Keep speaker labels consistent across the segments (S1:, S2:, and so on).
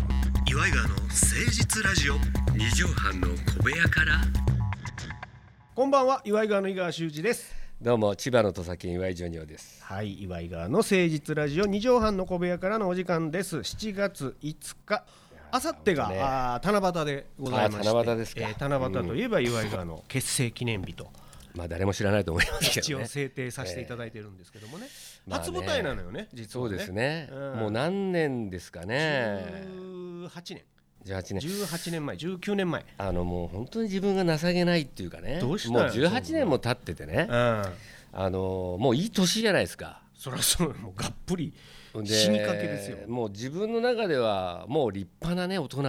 S1: イガーの誠実ラジオ
S2: 二畳半の小部屋から
S3: こんばんは岩井川の井川修司です
S2: どうも千葉の土佐県岩井ジョニオです
S3: はい岩井川の誠実ラジオ二畳半の小部屋からのお時間です7月5日あさってが、
S2: ね
S3: あー七夕でございまして
S2: あー七夕ですか
S3: えー七夕といえば岩井川の結成記念日 と、
S2: まあ誰も知らないと思いますけ
S3: 一
S2: ど
S3: 応
S2: ね
S3: 制定させていただいてるんですけどもね、
S2: まあね
S3: 初舞台なのよね実
S2: そ
S3: は
S2: う
S3: ね
S2: ですね、
S3: うん
S2: もう何年ですかね
S3: 18年
S2: 18年
S3: 18年前19年前、
S2: あのもう本当に自分が情けないっていうかね
S3: どうした
S2: もう
S3: の
S2: 18年も経っててね
S3: うん、
S2: あのもういい年じゃないですか
S3: そりゃそうもうがっぷり
S2: で
S3: 死にかけですよ
S2: もう自分の中ではもう立派なね大人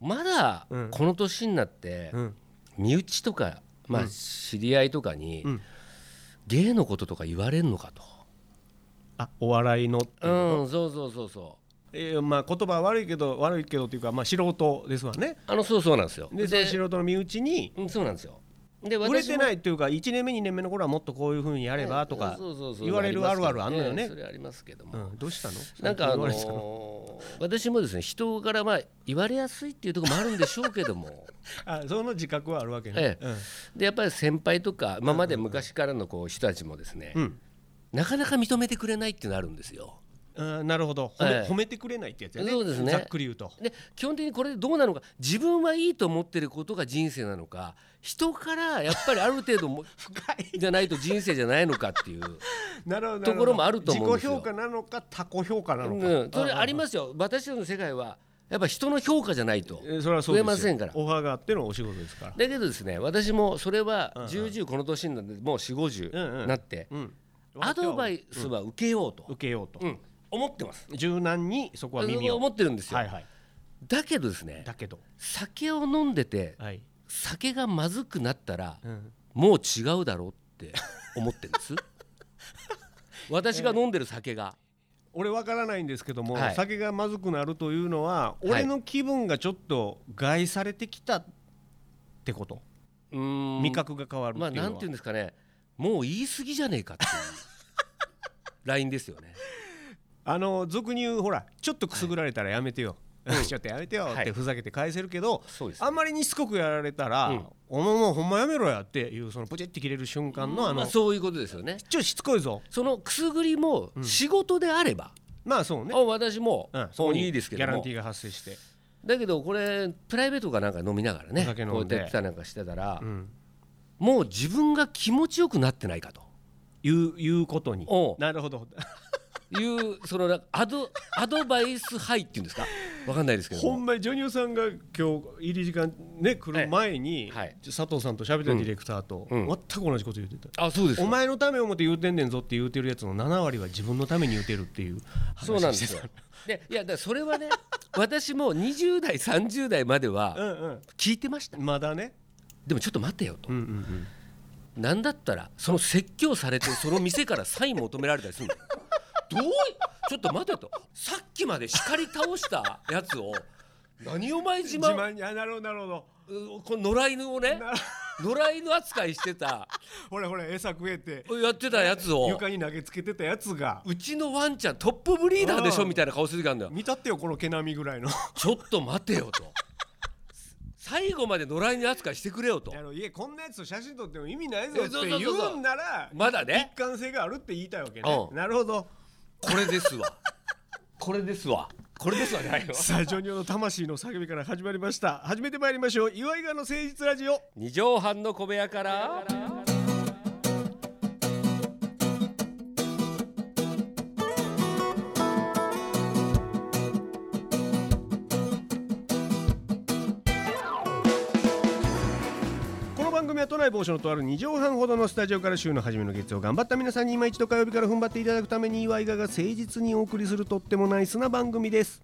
S2: まだ
S3: うん
S2: この年になって
S3: うん
S2: 身内とか、ま
S3: う
S2: あ、
S3: ん
S2: 知り合いとかに、
S3: うん
S2: 芸のこととか言われるのかと。
S3: あお笑いのっていうの
S2: うん、そうそうそうそう。
S3: えーまあ、言葉は悪いけど悪いけどというか、まあ、素人ですわね
S2: あのそうそうなんですよ。
S3: でその素人の身内に
S2: うんそうなんですよ。で
S3: 売れて
S2: い
S3: ないというか1年目2年目の頃はもっとこういうふうにやればとか、言われるあるあるあんのよね
S2: それありますけど
S3: う
S2: も。
S3: ん、どうしたの
S2: なんかあの
S3: 最近言わ
S2: ー私もですね人からまあ言われやすいっていうところもあるんでしょうけど も
S3: れたのあその自覚はあるわけ
S2: え
S3: ね、うん
S2: でやっぱり先輩とか今まで昔からのこう人たちもですね、
S3: うん
S2: なかなか認めてくれないっていうのあるんですよ。
S3: うんなるほど褒め,、
S2: ええ
S3: 褒めてくれないってやつやね
S2: そうですね
S3: ざっくり言うと
S2: で基本的にこれでどうなのか自分はいいと思ってることが人生なのか人からやっぱりある程度も
S3: 深い
S2: じゃないと人生じゃないのかっていう。
S3: なるほどなるほど
S2: ところもあると思うんですよ
S3: 自己評価なのか他己評価なのか、
S2: うん、それあり
S3: す
S2: ますよ私たちの世界はやっぱ人の評価じゃない
S3: そ
S2: と
S3: れはそう
S2: 増
S3: です
S2: え
S3: よ
S2: ませんから
S3: オファーがあってのお仕事ですから
S2: だけどですね私もそれは
S3: うんうん
S2: 重々この年になってもう4 5
S3: うんう
S2: 0
S3: ん
S2: なって
S3: うん
S2: アドバイスは受けようと、
S3: 受けようと、
S2: うん思ってます
S3: 柔軟にそこは耳を
S2: 思ってるんですよ、
S3: はいはい
S2: だけどですね
S3: だけど
S2: 酒を飲んでて
S3: はい、
S2: 酒がまずくなったら
S3: うん、
S2: もう違うだろうって思ってるん です私が飲んでる酒が、
S3: 俺わからないんですけども、
S2: はい
S3: 酒がまずくなるというのは
S2: はい
S3: 俺の気分がちょっと害されてきたってこと、
S2: うーん
S3: 味覚が変わるって
S2: ま
S3: い
S2: あ
S3: うのは、
S2: なんていうんですかねもう言い過ぎじゃねえかっていう ラインですよね
S3: あの俗に言うほらちょっとくすぐられたらやめてよ、ちょっとやめてよ
S2: は
S3: っ
S2: い
S3: てふざけて返せるけど、
S2: そうですね
S3: あんまりにしつこくやられたら、
S2: うん
S3: お前もうほんまやめろやっていうそのポチって切れる瞬間のあの、
S2: まあ、
S3: ちょ
S2: そういうことですよね
S3: っとしつこいぞ
S2: そのくすぐりも仕事であれば、
S3: まあそうね、
S2: あ私も、
S3: うん、
S2: そ
S3: こ
S2: う
S3: に
S2: いいですけ
S3: ギ
S2: ど
S3: ャラン
S2: も
S3: ティーが発生して、
S2: だけどこれプライベートかなんか飲みながらね
S3: お酒飲んで
S2: こうやってたなんかしてたら、
S3: うん、
S2: もう自分が気持ちよくなってないかと
S3: いういうことに
S2: おう
S3: なるほど
S2: いうそのなんかアドアドバイスハイっていうんですかわかんないですけど
S3: ほ
S2: も
S3: んまにジョニオさんが今日入り時間ね来る前に、
S2: はいはい
S3: 佐藤さんと喋ったディレクターと
S2: うん
S3: 全く同じこと言ってた、
S2: あそうです
S3: お前のため思って言うてんねんぞって言うてるやつの7割は自分のために言うてるっていう話
S2: そうなんですよでいやだからそれ はね私も20代30代まで
S3: う
S2: は
S3: ん
S2: 聞いてました
S3: うんまだね
S2: でもちょっと待てよと
S3: うんうんうん
S2: なんだったらその説教されてその店からサイン求められたりするのどういちょっと待てとさっきまで叱り倒したやつを何お前自
S3: 自
S2: 慢
S3: 慢にあなるほどなるほど
S2: うこの野良犬をね
S3: な
S2: 野良犬扱いしてた
S3: ほらほら餌食えて
S2: やってたやつを
S3: 床に投げつけてたやつが
S2: うちのワンちゃんトップブリーダーでし
S3: う
S2: ょ
S3: ん
S2: みたいな顔する時あるんだよ
S3: 見たってよこの毛並みぐらいの
S2: ちょっと待てよと最後まで野良犬扱いしてくれよと
S3: あのいえこんなやつと写真撮っても意味ないぞ
S2: え
S3: って
S2: そうそうそう
S3: 言
S2: そう
S3: うんなら
S2: まだね
S3: 一貫性があるって言いたいわけね
S2: うん
S3: なるほど
S2: これですわこれですわこれですわじゃないよ
S3: さあジョニオの魂の叫びから始まりました始めてまいりましょう岩井川の誠実ラジオ
S2: 二畳半の小部屋から
S3: この番組は都内某所のとある2畳半ほどのスタジオから週の初めの月曜頑張った皆さんに今一度火曜日から踏ん張っていただくために岩井川が誠実にお送りするとってもナイスな番組です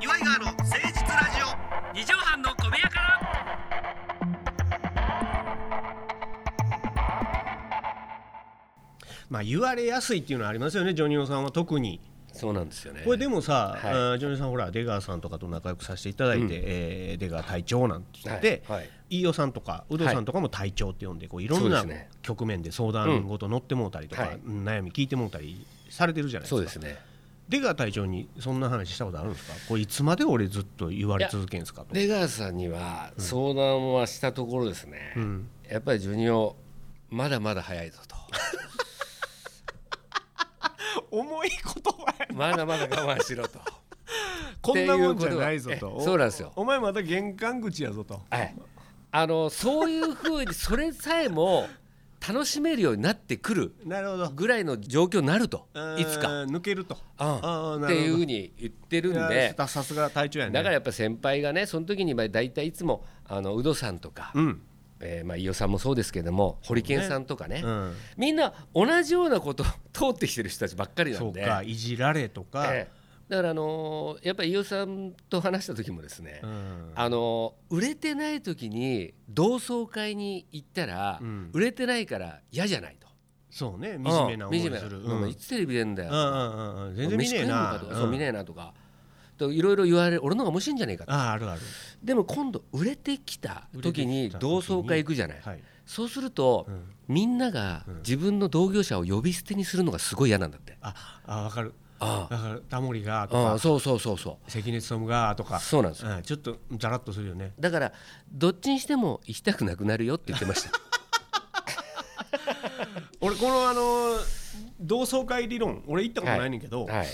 S1: 岩井川の誠実ラジオ
S2: 二畳半の小部屋から
S3: まあ言われやすいっていうのはありますよねジョニオさんは特に
S2: そうなんですよね
S3: これでもさ、
S2: はい
S3: あージョニオさんほら出川さんとかと仲良くさせていただいて、
S2: うん
S3: えー出川隊長なんて言って、
S2: はいはい
S3: 飯尾さんとか有働さんとかも隊長って呼んでこういろん
S2: そ
S3: な
S2: うですね
S3: 局面で相談ごと乗ってもうたりとか、
S2: はい
S3: うん悩み聞いてもうたりされてるじゃないですか
S2: そうですね
S3: 出川隊長にそんな話したことあるんですかこれいつまで俺ずっと言われ続けんですかと
S2: 出川さんには相談はしたところですね、
S3: うん
S2: やっぱりジュニオまだまだ早いぞと
S3: 重い言葉や
S2: まだまだ我慢し ろと
S3: こんなもんじゃないぞ
S2: っていうこととえそうなんですよ
S3: おお前また玄関口やぞと
S2: はいあのそういうふうにそれさえも楽しめるようになってくる
S3: なるほど
S2: ぐらいの状況になるといつか、
S3: うーん抜けると
S2: う
S3: あー
S2: ん、っ
S3: な
S2: て
S3: るほど
S2: いうふうに言ってるん
S3: いや
S2: で
S3: ささすが隊長やね
S2: だからやっぱ先輩がねその時にまあ大体いつもあのウドさんとか、
S3: うん
S2: えーまあ飯尾さんもそうですけどもホリケンさんとかね、
S3: うん
S2: みんな同じようなことを 通ってきてる人たちばっかりな
S3: そうん
S2: で
S3: かいじられとか、
S2: ええだからあのーやっぱり飯尾さんと話した時もですね、
S3: うん
S2: あのー売れてない時に同窓会に行ったら、
S3: うん
S2: 売れてないから嫌じゃないと
S3: そうね惨めな思いす
S2: うん惨
S3: る、
S2: めなお前いつテレビ出んだよ、
S3: うんうんうん全然見ねえな
S2: 飯食えんのかとかそう見ね
S3: え
S2: えなとかといろいろ言われる俺の方が面白いんじゃねえかと
S3: あああるある
S2: でも今度売れてきた時
S3: 売れ
S2: に
S3: てきた時に
S2: 同窓会行くじゃない、
S3: はい
S2: そうすると、
S3: うん
S2: みんなが自分の同業者を呼び捨てにするのがすごい嫌なんだって、
S3: ああわかる
S2: あ
S3: だからタモリがと
S2: あああ
S3: か
S2: そうそうそうそう
S3: 関根勤がとか
S2: そうなんですよ
S3: うんちょっとザラッとするよね
S2: だからどっちにしても行きたくなくなるよって言っ てました
S3: 俺このあのー同窓会理論俺行ったことないねんけど、
S2: はい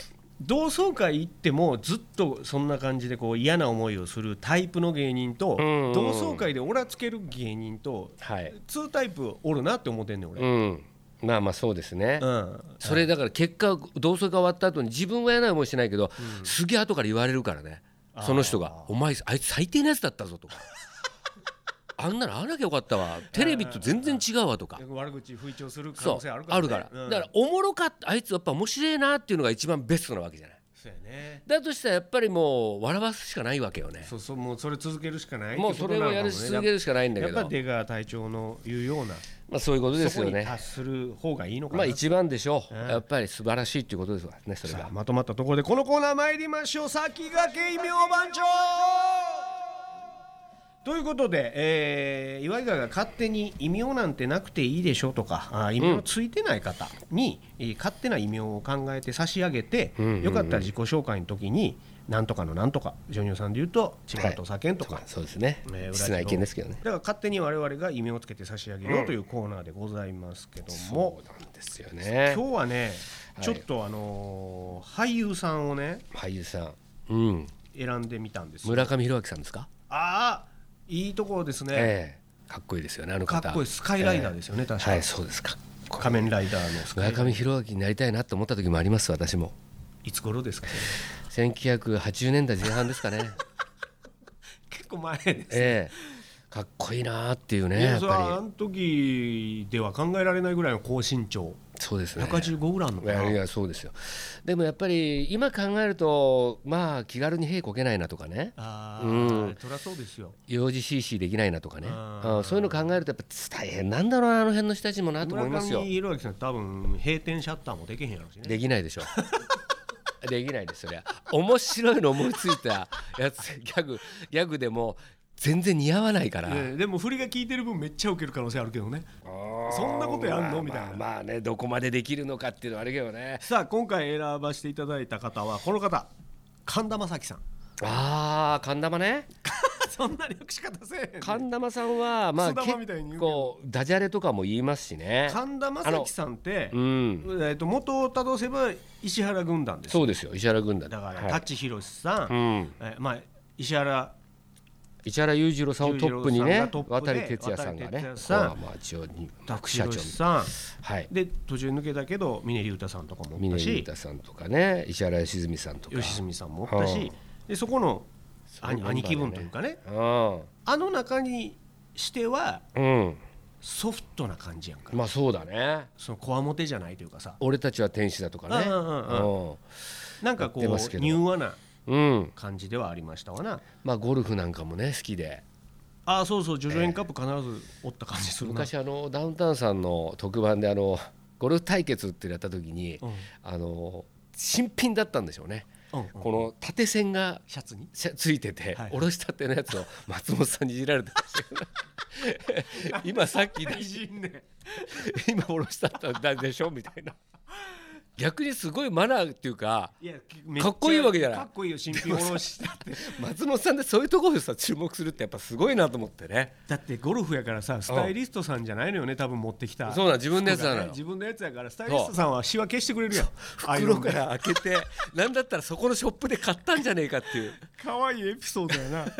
S3: 同窓会行ってもずっとそんな感じでこう嫌な思いをするタイプの芸人と
S2: うん
S3: 同窓会でオラつける芸人と
S2: はい
S3: 2タイプおるなって思ってんねん俺、
S2: うんまあまあそうですね、
S3: うん、
S2: それだから結果同窓会終わった後に自分は嫌な思いしてないけど、すげえ後から言われるからね
S3: あー
S2: その人が「お前あいつ最低なやつだったぞ」とか「あんなの会わなきゃよかったわテレビと全然違うわ」とか
S3: 悪口吹聴する可
S2: そ
S3: 能
S2: う
S3: 性あるから、ね、
S2: あるから
S3: うん
S2: だからおもろかったあいつやっぱ面白いなっていうのが一番ベストなわけじゃない
S3: そうやね
S2: だとしたらやっぱりもう笑わすしかないわけよね
S3: そうそうもうそれ続けるしかない
S2: もうそれをやり続け
S3: る
S2: るしかないんだ
S3: や
S2: け
S3: っ
S2: ど
S3: ぱ出川隊長の言うような
S2: まあそういうことです
S3: そこ
S2: よ
S3: に
S2: ね
S3: 達する方がいいのかな、
S2: まあ一番でしょう
S3: うん
S2: やっぱり素晴らしいっていうことですわねそれ
S3: さ
S2: が
S3: あまとまったところでこのコーナー参りましょう先駆け異名番長ということで、えー、岩井川が勝手に異名なんてなくていいでしょうとかあー異名ついてない方に、えー勝手な異名を考えて差し上げて、
S2: うんうんうん
S3: よかったら自己紹介の時になんとかのなんとかジョニオさんで言うと千葉と叫んとか、
S2: そうですね
S3: えー
S2: 室内犬ですけどね
S3: だから勝手に我々が異名をつけて差し上げようというコーナーでございますけども、
S2: そうなんですよね
S3: 今日はね、
S2: はい
S3: ちょっとあのー俳優さんをね
S2: 俳優さん、うん、
S3: 選んでみたんですよ
S2: 村上弘明さんですか、
S3: ああいいところですね、
S2: ええかっこいいですよねあの方
S3: かっこいいスカイライナーですよね確か
S2: はいそうですか
S3: 仮面ライダーのスカイ
S2: 村上弘明になりたいなと思った時もあります私も
S3: いつ頃ですか、ね、
S2: 1980年代前半ですか ね
S3: 結構前です
S2: ええかっこいいなーっていうね
S3: いや
S2: やっ
S3: それはあ
S2: ぱ
S3: の時では考えられないぐらいの高身長
S2: りそうですね
S3: 185ぐらいあんの
S2: い
S3: かな、
S2: やいやそうですよでもやっぱり今考えるとまあ気軽に屁こけないなとかね
S3: ああ、
S2: うん
S3: そりゃそうですよ
S2: 幼児 CC できないなとかね
S3: あー
S2: うんそういうの考えるとやっぱ大変なんだろうなあの辺の人たちもなと思いますよ
S3: 村上弘明さん多分閉店シャッターもできへんやろしね
S2: できないでしょ できないですそりゃ面白いの思いついたやつギャグギャグでも全然似合わないから、
S3: ええでも振りが効いてる分めっちゃウケる可能性あるけどねそんなことやんの
S2: まあ
S3: みたいな
S2: まあまあねどこまでできるのかっていうのはあれけどね
S3: さあ今回選ばせていただいた方はこの方神田正輝 さん
S2: ああ神玉ね
S3: そんな略し方せえへんね
S2: 神玉さんはまあ
S3: くす玉みたいに言うけ
S2: 結
S3: ど
S2: 構ダジャレとかも言いますしね
S3: 神田正輝さんって
S2: うん
S3: えー、と元をたどせば石原軍団です
S2: そうですよ石原軍団
S3: だから、
S2: はい
S3: 舘ひろしさん、
S2: うん、
S3: えーまあ、石原
S2: 石原裕次郎さんをトップに
S3: 裕
S2: ね
S3: 次郎さんがト
S2: 渡
S3: ップで
S2: 哲也さんがね
S3: 渡哲也さん
S2: ここはまあ一応に副
S3: 拓
S2: 社
S3: 社長
S2: 長みたいな
S3: さん
S2: はい
S3: で途中抜けたけど峰竜太さんとかもおっ
S2: 峰
S3: た
S2: 竜
S3: し
S2: 太さんとかね石原良純さんとか
S3: 良純さんもおったし、
S2: うん
S3: でそこの
S2: そう
S3: 兄
S2: メンバーだね
S3: 兄貴分というかね
S2: うん
S3: あの中にしては
S2: うん
S3: ソフトな感じやんか
S2: まあそうだね
S3: そのこわもてじゃないというかさ
S2: 俺たちは天使だとかね
S3: うんうんなんかこ
S2: やってます
S3: う
S2: けど
S3: 柔和な
S2: うんうん
S3: 感じではありましたわな
S2: まあゴルフなんかもね好きで
S3: ああそうそうジョジョエンカップ必ずおった感じするな、
S2: 昔あのダウンタウンさんの特番であのゴルフ対決ってやった時に
S3: うん
S2: あの新品だったんでしょうね
S3: うんうん
S2: この縦線が
S3: シャツに
S2: しゃついてて、
S3: はい
S2: おろしたてのやつを松本さんにいじられてました よ今さっきだ
S3: じんね
S2: 今おろしたったんでしょみたいな逆にすごいマナーっていうか
S3: いやめち
S2: かっこいいわけじゃない
S3: かっこいいよ新品おろしだって
S2: 松本さんでそういうところをさ注目するってやっぱすごいなと思ってね
S3: だってゴルフやからさスタイリストさんじゃないのよね多分持ってきた
S2: そうなん自分のやつなのよ
S3: 服がね自分のやつやからスタイリストさんは仕分けしてくれるやん
S2: 袋から開けてなんだったらそこのショップで買ったんじゃねえかっていう
S3: 可愛いエピソード やな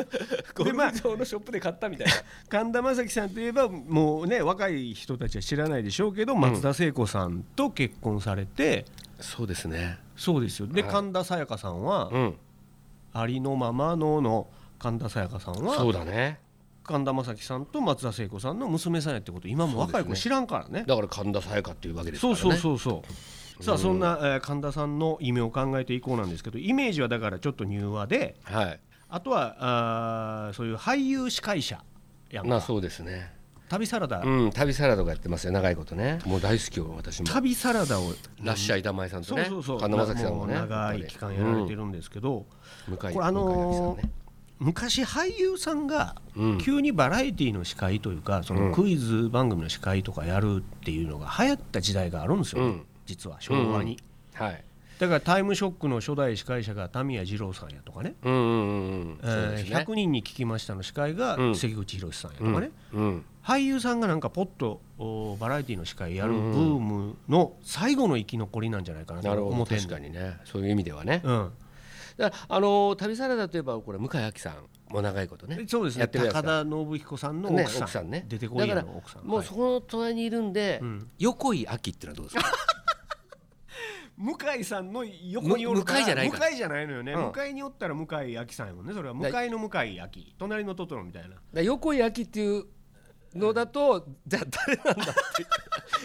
S2: ゴル
S3: まあ
S2: フ場のショップで買ったみたいな
S3: 神田正輝さんといえばもうね若い人たちは知らないでしょうけど松田聖子さんと結婚されて、
S2: そうですね
S3: そうですよで、
S2: はい
S3: 神田沙也加さんは、
S2: うん
S3: ありのままのの神田沙也加さん
S2: そう
S3: は
S2: だね
S3: 神田正輝さんと松田聖子さんの娘さんやってこと今も若い
S2: そ
S3: 子
S2: うですね
S3: 知らんからね
S2: だから神田沙也加っていうわけですか
S3: そ
S2: ら
S3: う
S2: ね
S3: そうそうそう。さあそんな、えー神田さんの夢を考えていこうなんですけどイメージはだからちょっと柔和で
S2: はい
S3: あとはあーそういう俳優司会者やん
S2: まあ
S3: か
S2: そうですね
S3: 旅サラダ、
S2: うん旅サラダとかやってますよ長いことねもう大好きよ私も
S3: 旅サラダを
S2: ラッシャー板前さんと
S3: そう
S2: ね
S3: そうそう
S2: 神田正輝さんもね
S3: う長い期間やられてるんですけど、
S2: うん向井
S3: これあのー
S2: 向井亜紀さんね
S3: 昔俳優さんが
S2: うん
S3: 急にバラエティの司会というかそうの
S2: ん
S3: クイズ番組の司会とかやるっていうのが流行った時代があるんですよ、
S2: うん
S3: 実は昭和に、
S2: はい
S3: だから「タイムショック」の初代司会者が田宮二郎さんやとかね
S2: うんうんうんうん
S3: え
S2: そう
S3: ー
S2: ですね
S3: 100人に聞きましたの司会が
S2: うん
S3: 関口宏さんやと
S2: う
S3: か
S2: ん
S3: ね、
S2: うん
S3: 俳優さんがなんかポッとおバラエティの司会やるブ
S2: うん
S3: ームの最後の生き残りなんじゃないかな
S2: なる
S3: と
S2: ほ
S3: 思
S2: ど
S3: ってん
S2: 確
S3: の
S2: かにねそういう意味ではね
S3: うん
S2: だからあのー旅サラダといえばこれ向井亜紀さんも長いことね
S3: そうです
S2: や
S3: ね
S2: ってるやつだ
S3: 高田信彦さんの
S2: ね
S3: 奥さん,、
S2: 奥さんね
S3: 出てこいや
S2: だ
S3: の
S2: から
S3: 奥さん
S2: もう
S3: はい
S2: そこの隣にいるんで
S3: うん
S2: 横井亜紀ってのはどうですか
S3: 向井さんの横におるから
S2: む向井じゃないから
S3: 向井じゃないのよね、
S2: うん
S3: 向井におったら向井亜紀さんやもんねそれは向井の向井亜紀隣のトトロみたい な
S2: だから横井亜紀っていうのだとじゃあ誰なんだっていう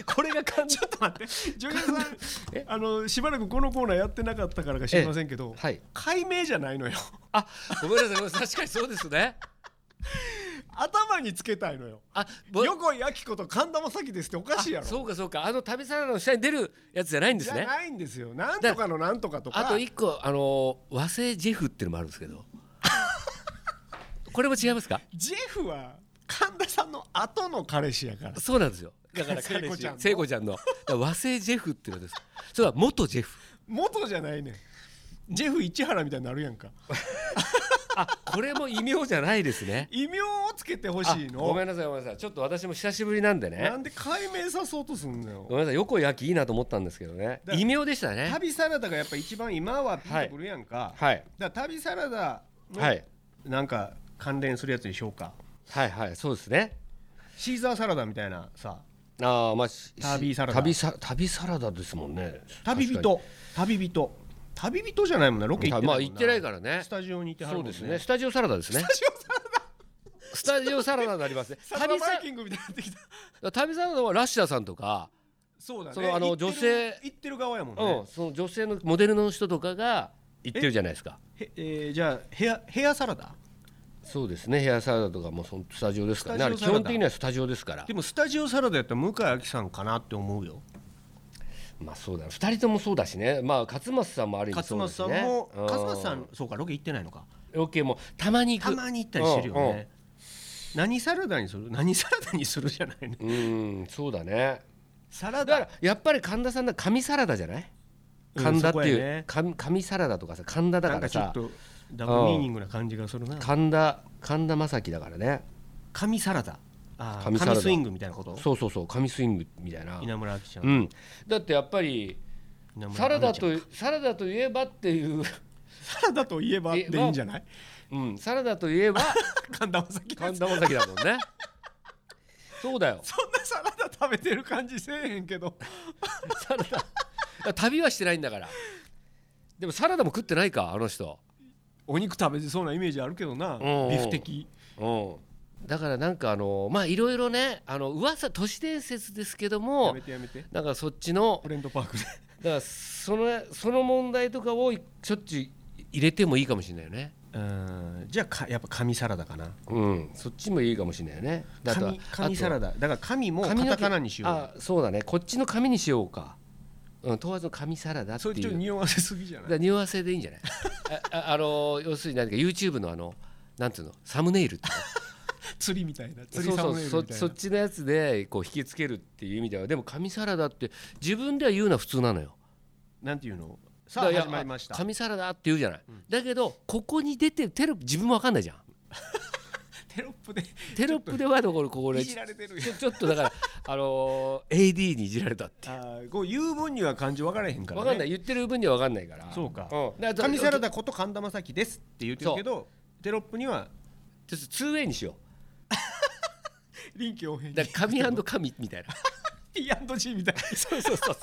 S2: これが感じ
S3: ちょっと待って女優さん
S2: え
S3: あのしばらくこのコーナーやってなかったからか知りませんけど、
S2: はい
S3: 解明じゃないのよ
S2: あごめんなさいごめんなさい確かにそうですね
S3: 頭につけたいのよ
S2: あぼ
S3: 横井亜紀子と神田正輝ですっておかしいやろ
S2: そうかそうかあの旅サラダの下に出るやつじゃないんで
S3: じ
S2: す
S3: ゃ
S2: ね
S3: ないんですよなんとかのなんとかとか
S2: あと一個あのー和製ジェフっていうのもあるんですけどこれも違いますか
S3: ジェフは神田さんの後の彼氏やから
S2: そうなんですよだから
S3: 聖
S2: 彼
S3: 子ちゃん
S2: 氏
S3: の
S2: 聖子ちゃんのだから和製ジェフっていうのですそれは元ジェフ
S3: 元じゃないねんジェフ市原みたいになるやんか
S2: あこれも異名じゃないですね
S3: 異名をつけてほ
S2: あ
S3: しいの
S2: ごめんなさいごめんなさいちょっと私も久しぶりなんでね
S3: なんで解明さそうとすんのよ
S2: ごめんなさい横井亜紀いいなと思ったんですけどね
S3: だ
S2: 異名でしたね
S3: 旅サラダがやっぱ一番今はピンとくるやんか、
S2: はい
S3: だから旅サラダの
S2: はい
S3: なんか関連するやつにしようか
S2: はいはいそうですね
S3: シーザーサラダみたいなさ
S2: ああまあし
S3: 旅サラダ
S2: 旅さ旅サラダですもんね
S3: 旅人旅人旅人じゃないもんなロケ
S2: 確
S3: 行
S2: か
S3: ってな
S2: に
S3: いもんな
S2: まあ行ってないからね
S3: スタジオにいてはるも、
S2: そうん
S3: ね、
S2: ですねスタジオサラダですねスタジオサラダになり ますね
S3: サ
S2: 旅
S3: バ
S2: サ
S3: イキングみたいになってきた
S2: 旅サラダはラッシャーさんとか
S3: そうだね
S2: そのあ
S3: 行
S2: の
S3: ってる
S2: 女性
S3: 行ってる側やもんね、
S2: うん、その女性のモデルの人とかが言ってるじゃないですか。
S3: へえーじゃあヘアヘアサラダ
S2: そうですね、ヘアサラダとかもそのスタジオですからね、あれ
S3: ス
S2: 基
S3: タジオサラダ
S2: 本的にはスタジオですから
S3: で。もスタジオサラダやったら向井亜紀さんかなって思うよ
S2: まあ、そうだな、二人ともそうだしね、まあ、勝松さんもある意味
S3: 勝
S2: そうだ
S3: 間さ
S2: し
S3: ん
S2: ね。
S3: も
S2: う
S3: 勝間さん。そうかロケ行ってないのか
S2: ロケもたまに行
S3: た
S2: く。
S3: まに行ったりしてるよね何サラダにする 何サラダにするじゃないの
S2: うん、そうだね。
S3: サラ
S2: だから
S3: ダ、
S2: やっぱり神田さんだ、神サラダじゃない。
S3: うん
S2: 神田って
S3: そ
S2: い
S3: こや
S2: う
S3: ね、
S2: 神、神サラダとかさ、神田だ
S3: な
S2: か
S3: んからちょっ
S2: さ。
S3: とダブルミーニングな感じがするな
S2: 神田、神田正輝だからね。
S3: 神サラダあー
S2: 神サラダ
S3: 神スイングみたいなこと
S2: そうそうそう、神スイングみたいな。
S3: 稲村亜紀ちゃ
S2: うんん、だってやっぱり
S3: 稲村亜紀ちゃん
S2: サラダとサラダといえばっていう、
S3: サラダといえばでいいんじゃない
S2: うん、サラダといえば
S3: 神田正輝です
S2: 神田正輝だもんねそう だよ
S3: そんなサラダ食べてる感じせえへんけど
S2: サラダ旅はしてないんだからでもサラダも食ってないかあの人、
S3: お肉食べてそうなイメージあるけどなビ
S2: ん
S3: フテキ
S2: うん、だからなんかあのまあいろいろねあの噂都市伝説ですけど
S3: や
S2: も
S3: めてやめて
S2: なんかそっちの
S3: フレンドパークで
S2: だからそのその問題とかをしょっちゅう入れてもいいかもしれないよね
S3: うんじゃあかやっぱ神サラダかな
S2: うんそっちもいいかもしれないよねだと
S3: 神神サラダだから神もカ
S2: 髪の毛
S3: タカナにしよう
S2: あそうだねこっちの紙にしようか、うん、問わずの紙サラダって
S3: そ
S2: い
S3: れ
S2: う
S3: ちょっと匂わせすぎじゃ
S2: だ
S3: な
S2: から
S3: い
S2: 匂わせでいいんじゃない あああの要するに何か YouTube のあのなんていうのサムネイルって
S3: 釣りみたいな釣
S2: そ
S3: り
S2: う
S3: サ
S2: そ
S3: ム
S2: う
S3: ネイル
S2: そ
S3: みたい
S2: そっ
S3: な
S2: ちのやつでこう引きつけるっていう意味ではでも紙サラダって自分では言うのは普通なのよ
S3: なんていうの
S2: だ
S3: さ
S2: か
S3: あ
S2: ら
S3: 始まりました
S2: 紙サラダって言うじゃない、だけどここに出てるテロップ自分も分かんないじゃん
S3: テロップで
S2: テロップではどころここれ
S3: い
S2: ち
S3: じられてる
S2: ょちょっとだからあの ー AD にいじられたって
S3: あーこう言う分には感情分からへんから、
S2: 分
S3: ね、
S2: かんない言ってる分には分かんないから
S3: そうか
S2: んだら
S3: 神サラダこと神田正輝ですって言ってるけどテロップには
S2: ちょっと 2way にしよ
S3: 臨機応変
S2: う
S3: に
S2: だから神神みたいな
S3: P&G みたいな
S2: そうそうそうそう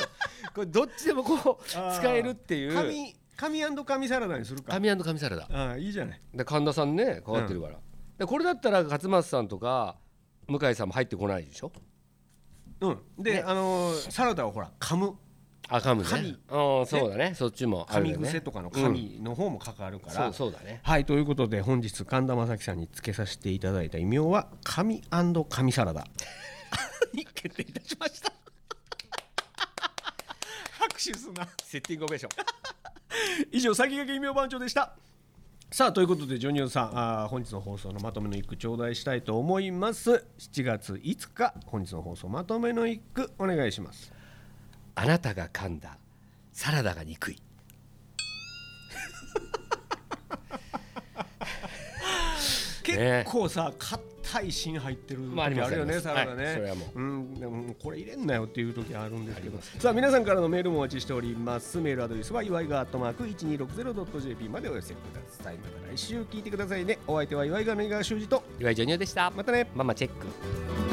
S2: これどっちでもこう
S3: あー
S2: 使えるっていう神
S3: 神神神サラダにするか
S2: 神サラダ
S3: ああいいじゃない
S2: で神田さんね関わってるから、でこれだったら勝松さんとか向井さんも入ってこないでしょ
S3: うんで、
S2: ね
S3: あのーサラダをほら噛む
S2: あかむね
S3: 神
S2: うんそうだねそっちもある
S3: 噛
S2: よ
S3: み
S2: ね
S3: 癖とかの
S2: うん
S3: 神の方も関わるから、
S2: そうそうだね
S3: はいということで本日神田正輝さんにつけさせていただいた異名は神神サラダに決定いたしました拍手すな
S2: セッティングオベーション
S3: 以上先駆け異名番長でしたさあということでジョニオさんあー本日の放送のまとめの一句頂戴したいと思います7月5日本日の放送まとめの一句お願いします
S2: あなたが噛んだサラダが憎い
S3: 結構さ硬い芯入ってる時
S2: まああります
S3: あるよねサラダ
S2: はい
S3: ね
S2: それはも
S3: うんでもこれ入れんなよっていう時あるんですけ
S2: あり
S3: ど
S2: ます
S3: さあ皆さんからのメールもお待ちしておりますメールアドレスは祝いがアットマーク 1260.jp までお寄せくださいまた来週聞いてくださいねお相手は祝いがの井川修司と
S2: 岩井ジョニオでした
S3: またね
S2: ママチェック
S3: 「